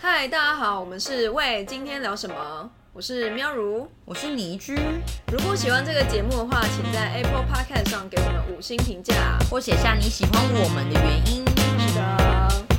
嗨，大家好，我们是喂，今天聊什么？我是喵如。我是倪居，如果喜欢这个节目的话，请在 Apple Podcast 上给我们五星评价。我写下你喜欢我们的原因。是的。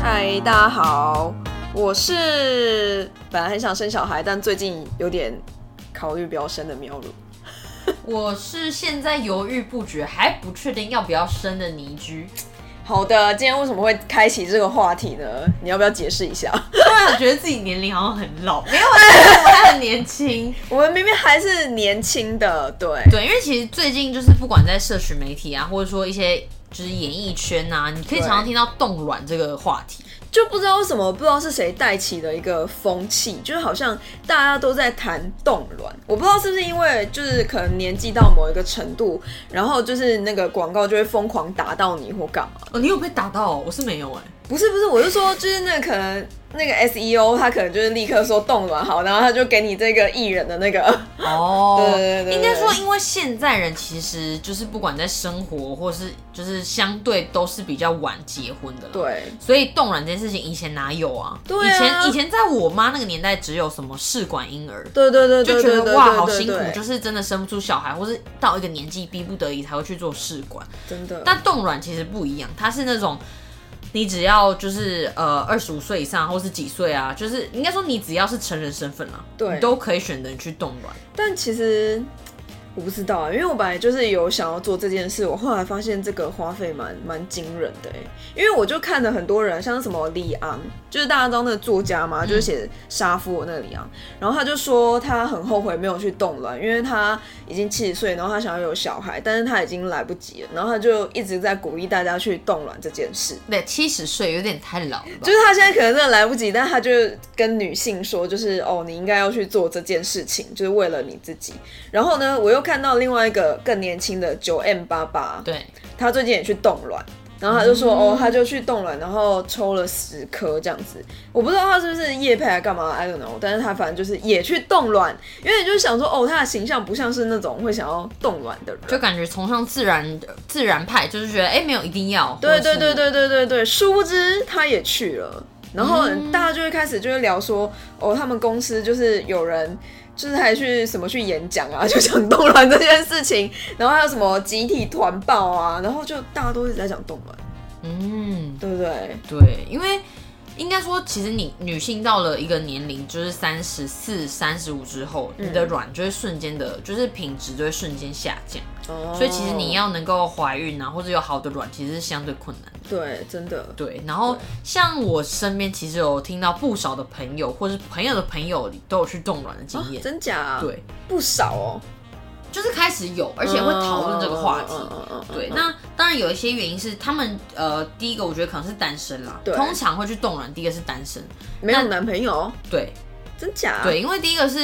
嗨，大家好，我是本来很想生小孩，但最近有点考虑不要生的喵如。我是现在犹豫不决，还不确定要不要生的倪居。好的，今天为什么会开启这个话题呢？你要不要解释一下？突然觉得自己年龄好像很老， 没有，我觉得我还很年轻。我们明明还是年轻的，对，对，因为其实最近就是不管在社群媒体啊，或者说一些就是演艺圈啊，你可以常常听到“冻卵”这个话题。就不知道为什么，不知道是谁带起的一个风气，就是好像大家都在谈冻卵。我不知道是不是因为就是可能年纪到某一个程度，然后就是那个广告就会疯狂打到你或干嘛？哦，你有被打到、哦？我是没有哎、不是不是，我是说就是那个可能那个 SEO 他可能就是立刻说冻卵好，然后他就给你这个艺人的那个，哦，对对对应该说，因为现在人其实就是不管在生活或是就是相对都是比较晚结婚的啦。对，所以冻卵这件事情以前哪有啊？对啊以前以前在我妈那个年代，只有什么试管婴儿，对对对对就对觉对对得对，哇好辛苦对，就是真的生不出小孩，或是到一个年纪逼不得已才会去做试管。真的。但冻卵其实不一样，它是那种你只要就是呃二十五岁以上，或是几岁啊，就是应该说你只要是成人身份啦，对你都可以选择你去冻卵。但其实我不知道啊，因为我本来就是有想要做这件事，我后来发现这个花费蛮蛮惊人的欸因为我就看了很多人，像什么李昂，就是大家知道那个作家嘛，就是写《杀夫》的那个李昂，然后他就说他很后悔没有去冻卵，因为他已经七十岁，然后他想要有小孩，但是他已经来不及了，然后他就一直在鼓励大家去冻卵这件事。对，七十岁有点太老了吧？就是他现在可能真的来不及，但他就跟女性说，就是哦，你应该要去做这件事情，就是为了你自己。然后呢，我又看到另外一个更年轻的九 M 八八，对，他最近也去冻卵，然后他就说、哦，他就去冻卵，然后抽了十颗这样子。我不知道他是不是夜配还干嘛，I don't know。但是他反正就是也去冻卵，因为就是想说哦，他的形象不像是那种会想要冻卵的人。就感觉崇尚自然自然派，就是觉得哎、诶没有一定要。对或者对是对对对对对，殊不知他也去了，然后嗯大家就会开始就会聊说，哦，他们公司就是有人。就是还去什么去演讲啊， 就讲动乱这件事情，然后还有什么集体团报啊，然后就大家都一直在讲动乱，嗯对不对？对，因为应该说，其实你女性到了一个年龄，就是三十四、三十五之后，你嗯的卵就会瞬间的，就是品质就会瞬间下降。哦所以其实你要能够怀孕啊，或者有好的卵，其实是相对困难的。对，真的对，然后像我身边其实有听到不少的朋友，或是朋友的朋友都有去冻卵的经验。真假、啊、对，不少哦，就是开始有，而且会讨论这个话题。嗯嗯嗯嗯嗯对，那当然有一些原因是他们呃，第一个我觉得可能是单身啦，对通常会去冻卵，第一个是单身，嗯没有男朋友，对真假、啊？对，因为第一个是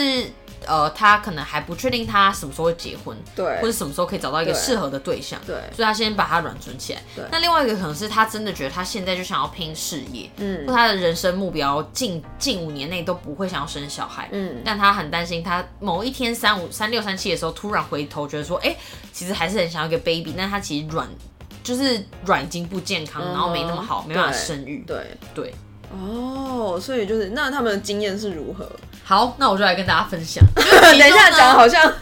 呃，他可能还不确定他什么时候会结婚，对或者什么时候可以找到一个对适合的对象，对所以他先把他卵存起来对。那另外一个可能是他真的觉得他现在就想要拼事业，嗯或他的人生目标近近五年内都不会想要生小孩，嗯但他很担心他某一天三五三六三七的时候突然回头，觉得说，哎、其实还是很想要一个 baby，但他其实卵就是卵已经不健康，嗯然后没那么好，没办法对生育。对，对，哦，所以就是那他们的经验是如何？好，那我就来跟大家 分享。哦等等一下讲好像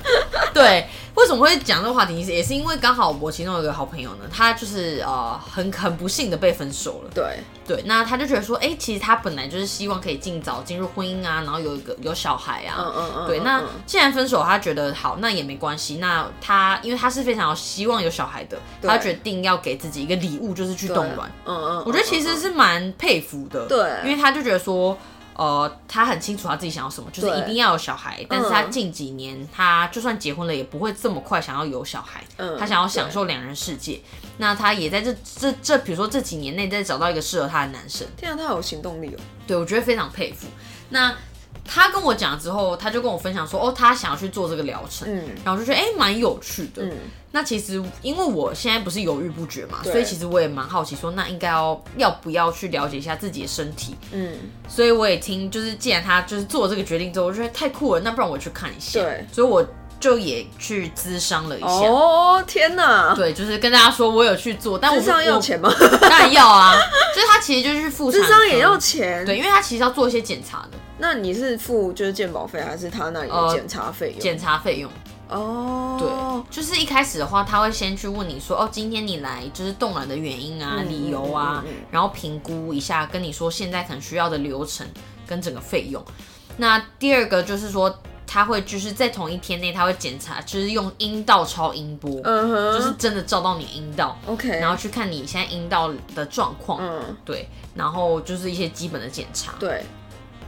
对，为什么会讲这个话题？也是因为刚好我其中有一个好朋友呢，他就是呃很很不幸的被分手了。对，对，那他就觉得说，哎、其实他本来就是希望可以尽早进入婚姻啊，然后有一个有小孩啊。嗯嗯嗯，对，嗯那嗯既然分手，他觉得好，那也没关系。那他因为他是非常有希望有小孩的，对他决定要给自己一个礼物，就是去冻卵。，对嗯嗯，我觉得其实是蛮佩服的，对因为他就觉得说，呃，他很清楚他自己想要什么，就是对嗯一定要有小孩，但是他近几年他就算结婚了，也不会这么快想要有小孩，嗯他想要享受两人世界。那他也在这这这，比如说这几年内再找到一个适合他的男生，天啊，他好有行动力哦，对我觉得非常佩服。那他跟我讲之后，他就跟我分享说，哦，他想要去做这个疗程，嗯然后我就觉得哎，诶蛮、有趣的。嗯那其实因为我现在不是犹豫不决嘛，对所以其实我也蛮好奇说，那应该要要不要去了解一下自己的身体？嗯，所以我也听，就是既然他就是做了这个决定之后，我觉得太酷了，那不然我去看一下。对，所以我就也去咨商了一下。哦天哪，对，就是跟大家说我有去做，但我智商要钱吗？我当然要啊，就是他其实就是妇产智商也科要钱？对，，因为他其实要做一些检查的那你是付就是健保费还是他那里的呃检查费用？检查费用。对哦，，就是一开始的话，他会先去问你说，哦，今天你来就是冻卵的原因啊、嗯理由啊嗯嗯嗯，然后评估一下，跟你说现在可能需要的流程跟整个费用。那第二个就是说，他会就是在同一天内，他会检查，就是用阴道超音波，嗯哼，就是真的照到你阴道， OK，然后去看你现在阴道的状况，嗯，对，然后就是一些基本的检查。对，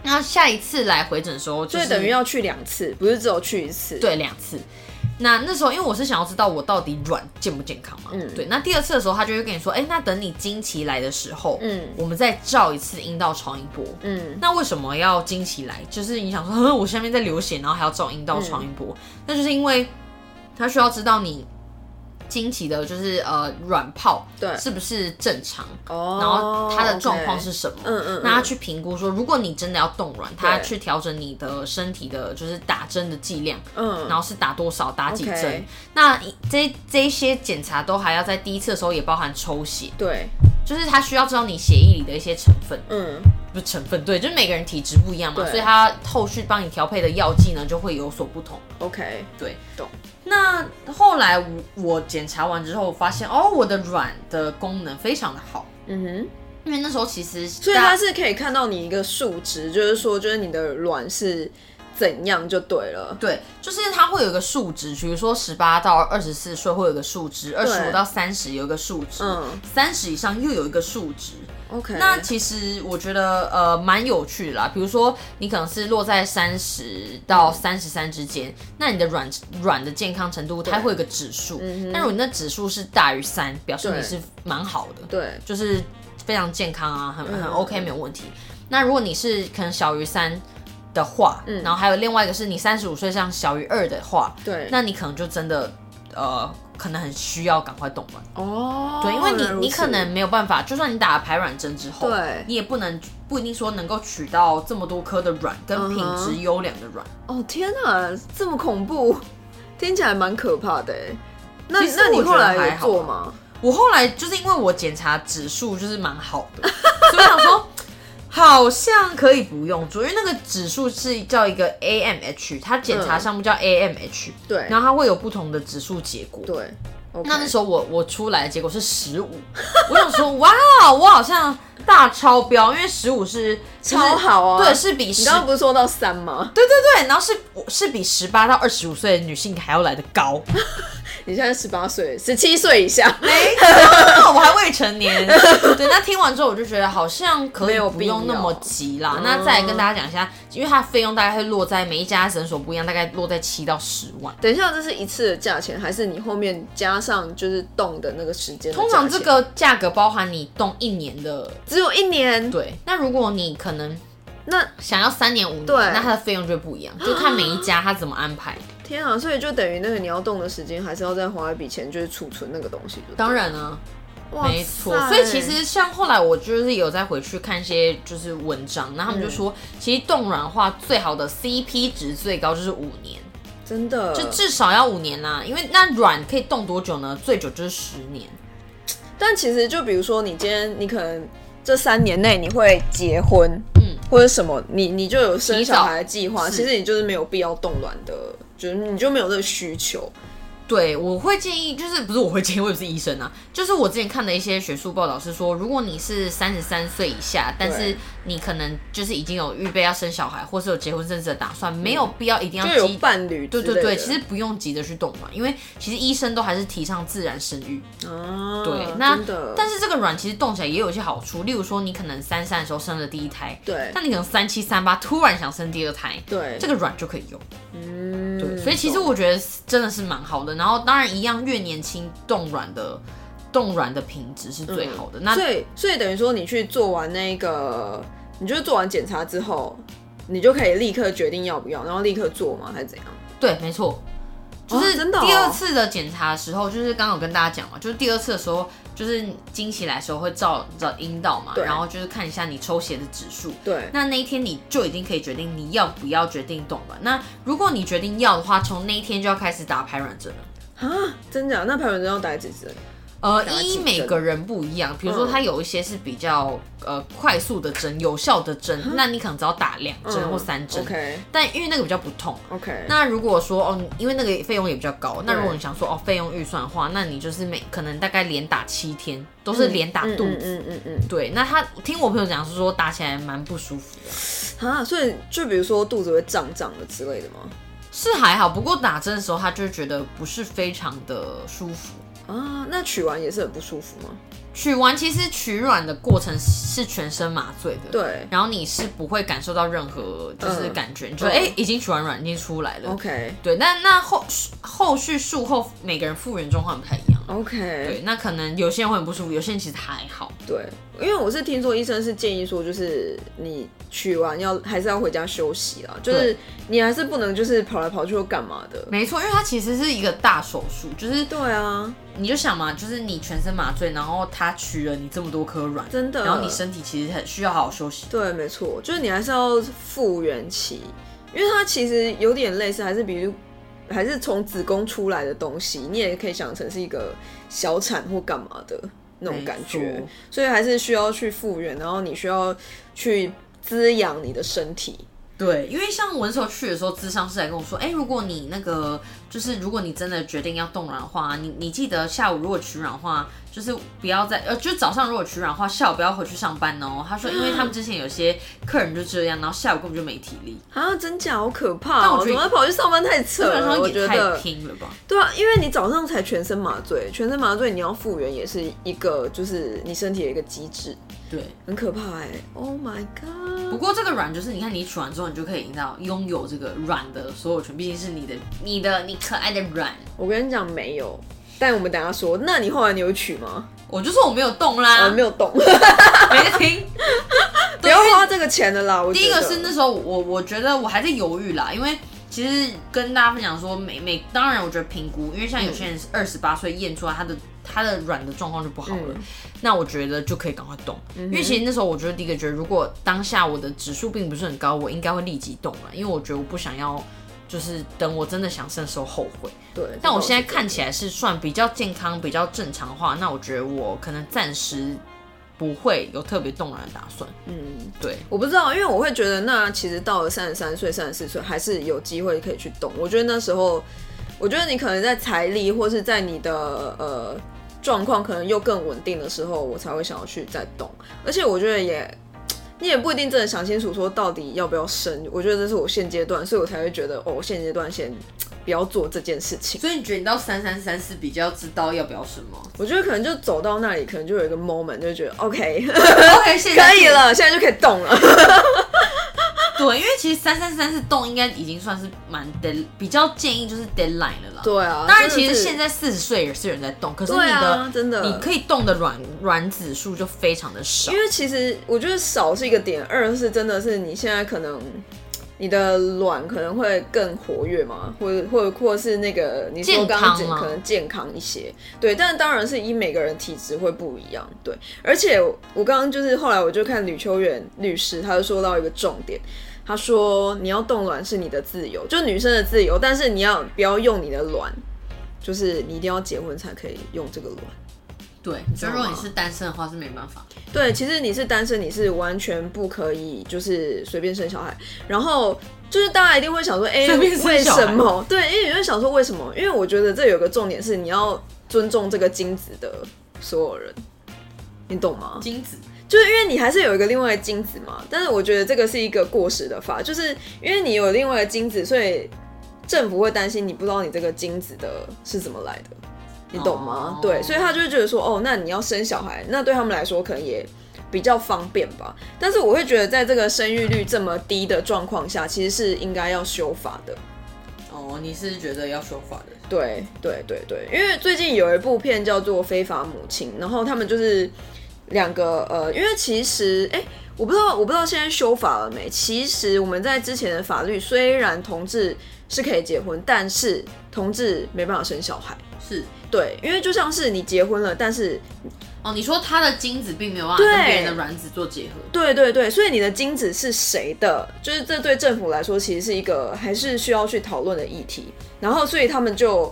那下一次来回诊的时候，就所是以等于要去两次，不是只有去一次。，对，两次。那那时候，因为我是想要知道我到底卵健不健康嘛，嗯对。那第二次的时候，他就会跟你说，哎、那等你经期来的时候，嗯我们再照一次阴道超音波。嗯，那为什么要经期来？就是你想说， 呵我下面在流血，然后还要照嗯阴道超音波，那就是因为他需要知道你经期的，就是呃卵泡对是不是正常，哦，然后它的状况 OK 是什么？嗯嗯嗯那他去评估说，如果你真的要冻卵，他对去调整你的身体的，就是打针的剂量，嗯，然后是打多少，打几针。 OK 那这这些检查都还要在第一次的时候也包含抽血，对，就是他需要知道你血液里的一些成分，嗯不是成分，对，就是每个人体质不一样嘛，对所以他后续帮你调配的药剂呢就会有所不同。 ，OK，对，懂。那后来我我检查完之后发现，哦，我的卵的功能非常的好，嗯哼，因为那时候其实所以大它是可以看到你一个数值，就是说，就是你的卵是怎样就对了。对，就是它会有一个数值，比如说十八到二十四岁会有一个数值，二十五到三十有一个数值嗯，三十以上又有一个数值。 OK，那其实我觉得呃蛮有趣的啦，比如说你可能是落在三十到嗯三十三之间，那你的卵卵的健康程度它会有一个指数，但如果你的指数是大于三，表示嗯对你是蛮好的。对，就是非常健康啊，很嗯很 OK，没有问题。那如果你是可能小于三的话，嗯然后还有另外一个是你三十五岁上小于二的话，对那你可能就真的呃，可能很需要赶快冻卵，哦，对，因为原来如你你此可能没有办法，就算你打了排卵针之后，对你也不能不一定说能够取到这么多颗的卵跟品嗯质哼优良的卵。哦天哪，这么恐怖， 听起来蛮可怕的欸。那其实那你我觉后得来还有好啊做吗？我后来就是因为我检查指数就是蛮好的，所以我想说好像可以不用做，因为那个指数是叫一个 AMH，它检查项目叫 AMH，、嗯对然后它会有不同的指数结果。对，OK，那那时候我我出来的结果是十五，我想说哇，哦我好像大超标，因为十五是就是超好啊对，是比你十刚刚不是说到三吗？对对对，然后是是比十八到二十五岁的女性还要来的高， 你现在十八岁，十七岁以下，没错，哦我还未成年。对，那听完之后我就觉得好像可没以有不用必要那么急啦嗯。那再来跟大家讲一下，因为它的费用大概会落在每一家诊所不一样，大概落在七到十万。 等一下，这是一次的价钱，还是你后面加上就是动的那个时间的价通钱？常这个价格包含你动一年的，只有一年，对。那如果你可能那想要三年五年，对那它的费用就不一 样，就看每一家它怎么安排。天啊！所以就等于那个你要动的时间，还是要再花一笔钱，就是储存那个东西。当然啊，哇塞，没错，所以其实像后来我就是有再回去看一些就是文章，然后他嗯们就说，其实冻卵化最好的 CP 值最高就是五年，真的，就至少要五年啦，因为那卵可以冻多久呢？最久就是十年。但其实就比如说你今天你可能这三年内你会结婚，嗯，或者什么，你你就有生小孩的计划，是其实你就是没有必要冻卵的，就是你就没有这个需求。对，我会建议，就是不是我会建议，我也不是医生啊，就是我之前看的一些学术报道是说，如果你是三十三岁以下，但是你可能就是已经有预备要生小孩，或是有结婚生子的打算，没有必要一定要嗯就有急伴侣之对类的，对对，其实不用急着去冻卵，因为其实医生都还是提倡自然生育。啊，对，那真的，但是这个卵其实冻起来也有一些好处，例如说你可能三三的时候生了第一胎，对但你可能三七三八突然想生第二胎，对这个卵就可以用。嗯，对，所以其实懂我觉得真的是蛮好的。然后当然一样，越年轻冻卵的冻卵的品质是最嗯好的。那所以所以等于说你去做完那个，你就是做完检查之后，你就可以立刻决定要不要，然后立刻做吗？还是怎样？对，没错，就是真的哦第二次哦的检查的时候，就是刚刚有跟大家讲嘛，就是第二次的时候，就是经期来的时候会照照阴道嘛，对然后就是看一下你抽血的指数。对，那那一天你就已经可以决定你要不要决定动了。那如果你决定要的话，从那一天就要开始打排卵针了。啊，真假？那排卵针要打几支？呃打，几一针每个人不一样，比如说嗯它有一些是比较呃快速的针，有效的针，那你可能只要打两针或三嗯针，OK 但因为那个比较不痛。 OK，那如果说哦，你因为那个费用也比较高，那对如果你想说哦费用预算的话，那你就是每可能大概连打七天，都是连打肚子。嗯嗯嗯对，那他听我朋友讲是说打起来蛮不舒服的，嗯，啊，所以就比如说肚子会胀胀的之类的吗？是还好，不过打针的时候他就觉得不是非常的舒服。啊，那取完也是很不舒服吗？取完其实取卵的过程是全身麻醉的，对然后你是不会感受到任何就是感觉，你嗯就哦哎、诶已经取完卵已经出来了。 ，OK 对，那那后后续术后每个人复原状况不太一样。对， OK，那可能有些人会很不舒服，有些人其实还好。对，因为我是听说医生是建议说，就是你取完要还是要回家休息啦，就是你还是不能就是跑来跑去或干嘛的。没错，因为它其实是一个大手术，就是对啊，你就想嘛，就是你全身麻醉，然后它取了你这么多颗卵，真的然后你身体其实很需要好好休息。对，没错，就是你还是要复原期，因为它其实有点类似，还是比如还是从子宫出来的东西，你也可以想成是一个小产或干嘛的那种感没觉错，所以还是需要去复原，然后你需要去滋养你的身体。对，因为像我那时候去的时候，咨商师来跟我说，哎、如果你那个就是如果你真的决定要冻卵的话，你你记得下午如果取卵的话，就是不要再呃，就是早上如果取卵的话，下午不要回去上班哦。他说，因为他们之前有些客人就这样，然后下午根本就没体力，啊，真假好可怕、但哦！我觉得怎么跑去上班太扯基本了，上我也觉太得拼了吧。对啊，因为你早上才全身麻醉，全身麻醉你要复原也是一个就是你身体的一个机制，对，很可怕哎、Oh my god！不过这个卵就是你看你取完之后，你就可以你知道拥有这个卵的所有权，毕竟是你的、你的、你可爱的卵。我跟你讲没有，但我们等一下说。那你后来你有取吗？我就说我没有动我啦，没有动，没听。 不要花这个钱的啦。我第一觉个得是那时候我我觉得我还在犹豫啦，因为其实跟大家分享说每每当然我觉得评估，因为像有些人是二十八岁验出来他的他的卵的状况就不好了，嗯嗯那我觉得就可以赶快动，因为其实那时候我觉得第一个觉得如果当下我的指数并不是很高，我应该会立即动了，因为我觉得我不想要就是等我真的想生的时候后悔。对，但我现在看起来是算比较健康、比较正常的话，那我觉得我可能暂时不会有特别动卵的打算。嗯，对，我不知道，因为我会觉得那其实到了三十三岁、三十四岁还是有机会可以去动。我觉得那时候，我觉得你可能在财力或是在你的呃状况可能又更稳定的时候，我才会想要去再动。而且我觉得也。你也不一定真的想清楚说到底要不要生，我觉得这是我现阶段，所以我才会觉得哦，我现阶段先不要做这件事情。所以你觉得你到三三三四比较知道要不要什么我觉得可能就走到那里，可能就有一个 moment，就觉得 OK ？OK，现在呃可以。了，现在就可以动了。对，因为其实三三三四动应该已经算是蛮 dead，比较建议就是 deadline 了啦。。对啊，当然，其实现在在四十岁也是有人在动，可是你对的、啊，真的，你可以动的卵卵子数就非常的少因。为其实我觉得少是一个点，二是真的是你现在可能你的卵可能会更活跃嘛，或者或者或者是那个你说健刚康刚讲吗可能健康一些，对，但当然是以每个人体质会不一样，对，而且我我刚刚就是后来我就看吕秋远律师，他就说到一个重点。他说：“你要冻卵是你的自由，就女生的自由，但是你要不要用你的卵？就是你一定要结婚才可以用这个卵。对，知就道如果你吗嗯是单身的话是没办法。对，其实你是单身，你是完全不可以就是随便生小孩。然后就是大家一定会想说，哎、随便生为小孩什么？对，因为你会想说为什么？因为我觉得这有个重点是你要尊重这个精子的所有人，你懂吗？精子就是因为你还是有一个另外的精子嘛，但是我觉得这个是一个过时的法，就是因为你有另外的精子，所以政府会担心你不知道你这个精子的是怎么来的，你懂吗哦对，所以他就会觉得说，哦，那你要生小孩，那对他们来说可能也比较方便吧。但是我会觉得，在这个生育率这么低的状况下，其实是应该要修法的。哦，你是觉得要说法的？对对对对，因为最近有一部片叫做《非法母亲》，然后他们就是两个呃，因为其实哎、我不知道我不知道现在修法了没。其实我们在之前的法律，虽然同志是可以结婚，但是同志没办法生小孩。是对，因为就像是你结婚了，但是哦，你说他的精子并没有办法跟对别人的卵子做结合，对对对，所以你的精子是谁的？就是这对政府来说，其实是一个还是需要去讨论的议题。然后，所以他们就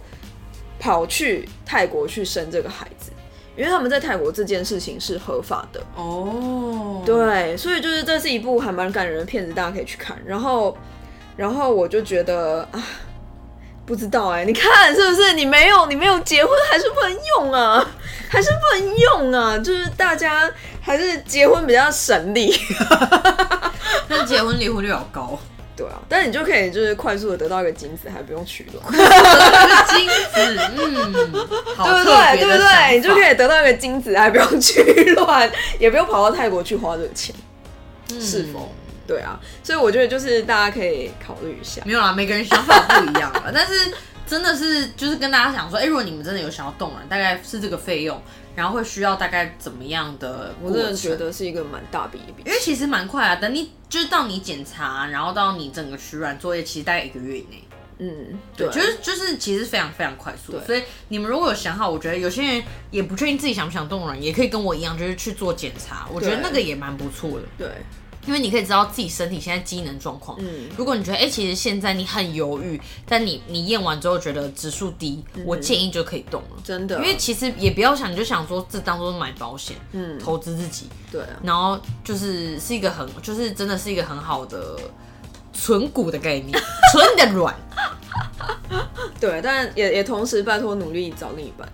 跑去泰国去生这个孩子，因为他们在泰国这件事情是合法的。哦，，对，所以就是这是一部还蛮感人的片子，大家可以去看。然后，然后我就觉得啊，不知道哎、你看是不是你没有你没有结婚还是不能用啊，还是不能用啊？就是大家还是结婚比较省力。但结婚离婚率好高，对啊，但你就可以就是快速的得到一个精子，还不用取卵，精子，嗯， 好对不特对？对别不的想法对？你就可以得到一个精子，还不用取卵，也不用跑到泰国去花这个钱，嗯是否？对啊，所以我觉得就是大家可以考虑一下。没有啦，每个人想法不一样啦。啊但是真的是就是跟大家讲说，哎、如果你们真的有想要动人，大概是这个费用，然后会需要大概怎么样的我过真的程？觉，得是一个蛮大笔一笔因，为其实蛮快啊，等你就是到你检查，然后到你整个取卵作业，其实大概一个月以内。嗯，对对，就是就是，其实非常非常快速，对所以你们如果有想好，我觉得有些人也不确定自己想不想动人，也可以跟我一样，就是去做检查，我觉得对那个也蛮不错的。对，因为你可以知道自己身体现在机能状况。嗯如果你觉得哎、诶其实现在你很犹豫，但你你验完之后觉得指数低，我建议就可以动了。嗯真的，因为其实也不要想，你就想说这当做买保险，嗯投资自己，对啊，然后就是是一个很，就是真的是一个很好的存股的概 念，存你的卵，对，但也也同时拜托努力找另一半。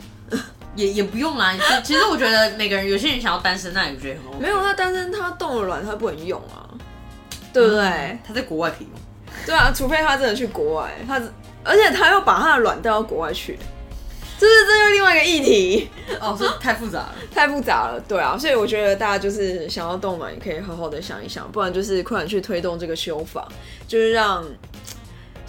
也也不用啦。其其实我觉得每个人，有些人想要单身，那也觉得很 OK。没有，他单身，他动了卵，他不能用啊，对不对？嗯他在国外可以用，对啊，除非他真的去国外，他而且他又把他的卵带到国外去，就是这又另外一个议题， 哦，这太复杂了。太复杂了。对啊，所以我觉得大家就是想要动卵，也可以好好的想一想，不然就是快点去推动这个修法，就是让。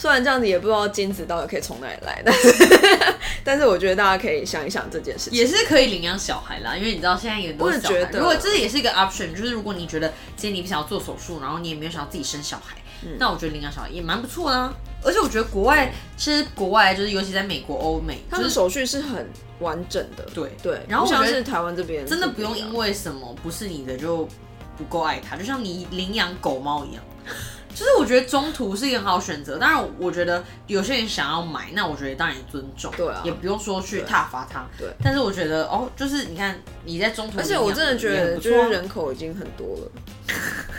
虽然这样子也不知道精子到底可以从哪里来，但是 但是我觉得大家可以想一想这件事情。也是可以领养小孩啦，因为你知道现在有很多我也小孩，觉得如果这也是一个 option，就是如果你觉得今天你不想要做手术，然后你也没有想要自己生小孩，嗯那我觉得领养小孩也蛮不错的、啊。而且我觉得国外，其实国外就是尤其在美国、欧美，他就们是手续是很完整的，对对。然后不我觉像得是台湾这边真的是不用一样因为什么不是你的就不够爱他，就像你领养狗猫一样。就是我觉得中途是一个很好的选择，当然我觉得有些人想要买，那我觉得当然也尊重，对啊也不用说去对挞伐他，对。但是我觉得哦，就是你看你在中途领养，而且我真的觉也很得，不就错啊是人口已经很多 了，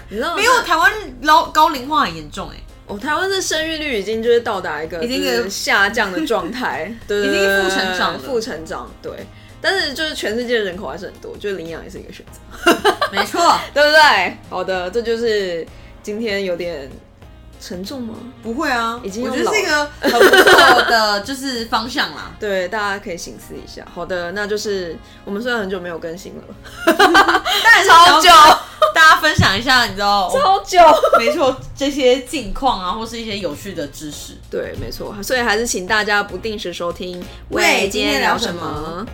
你知道没有台湾高高龄化很严重哎、哦，台湾的生育率已经就是到达一个已经就有是下降的状 态，对对已对，经对负成长了负成长，对。但是就是全世界人口还是很多，就是领养也是一个选择，没错，对不对？好的，这就是今天有点沉重吗？不会啊， 已经我有觉得是一个很不错的，就是方向 啦。对，大家可以醒思一下。好的，那就是我们虽然很久没有更新 了，但超久大家分享一下，你知道，哦好久，没错，这些近况啊，或是一些有趣的知识。对，没错，所以还是请大家不定时收听。喂喂，今今天天聊聊什什么么？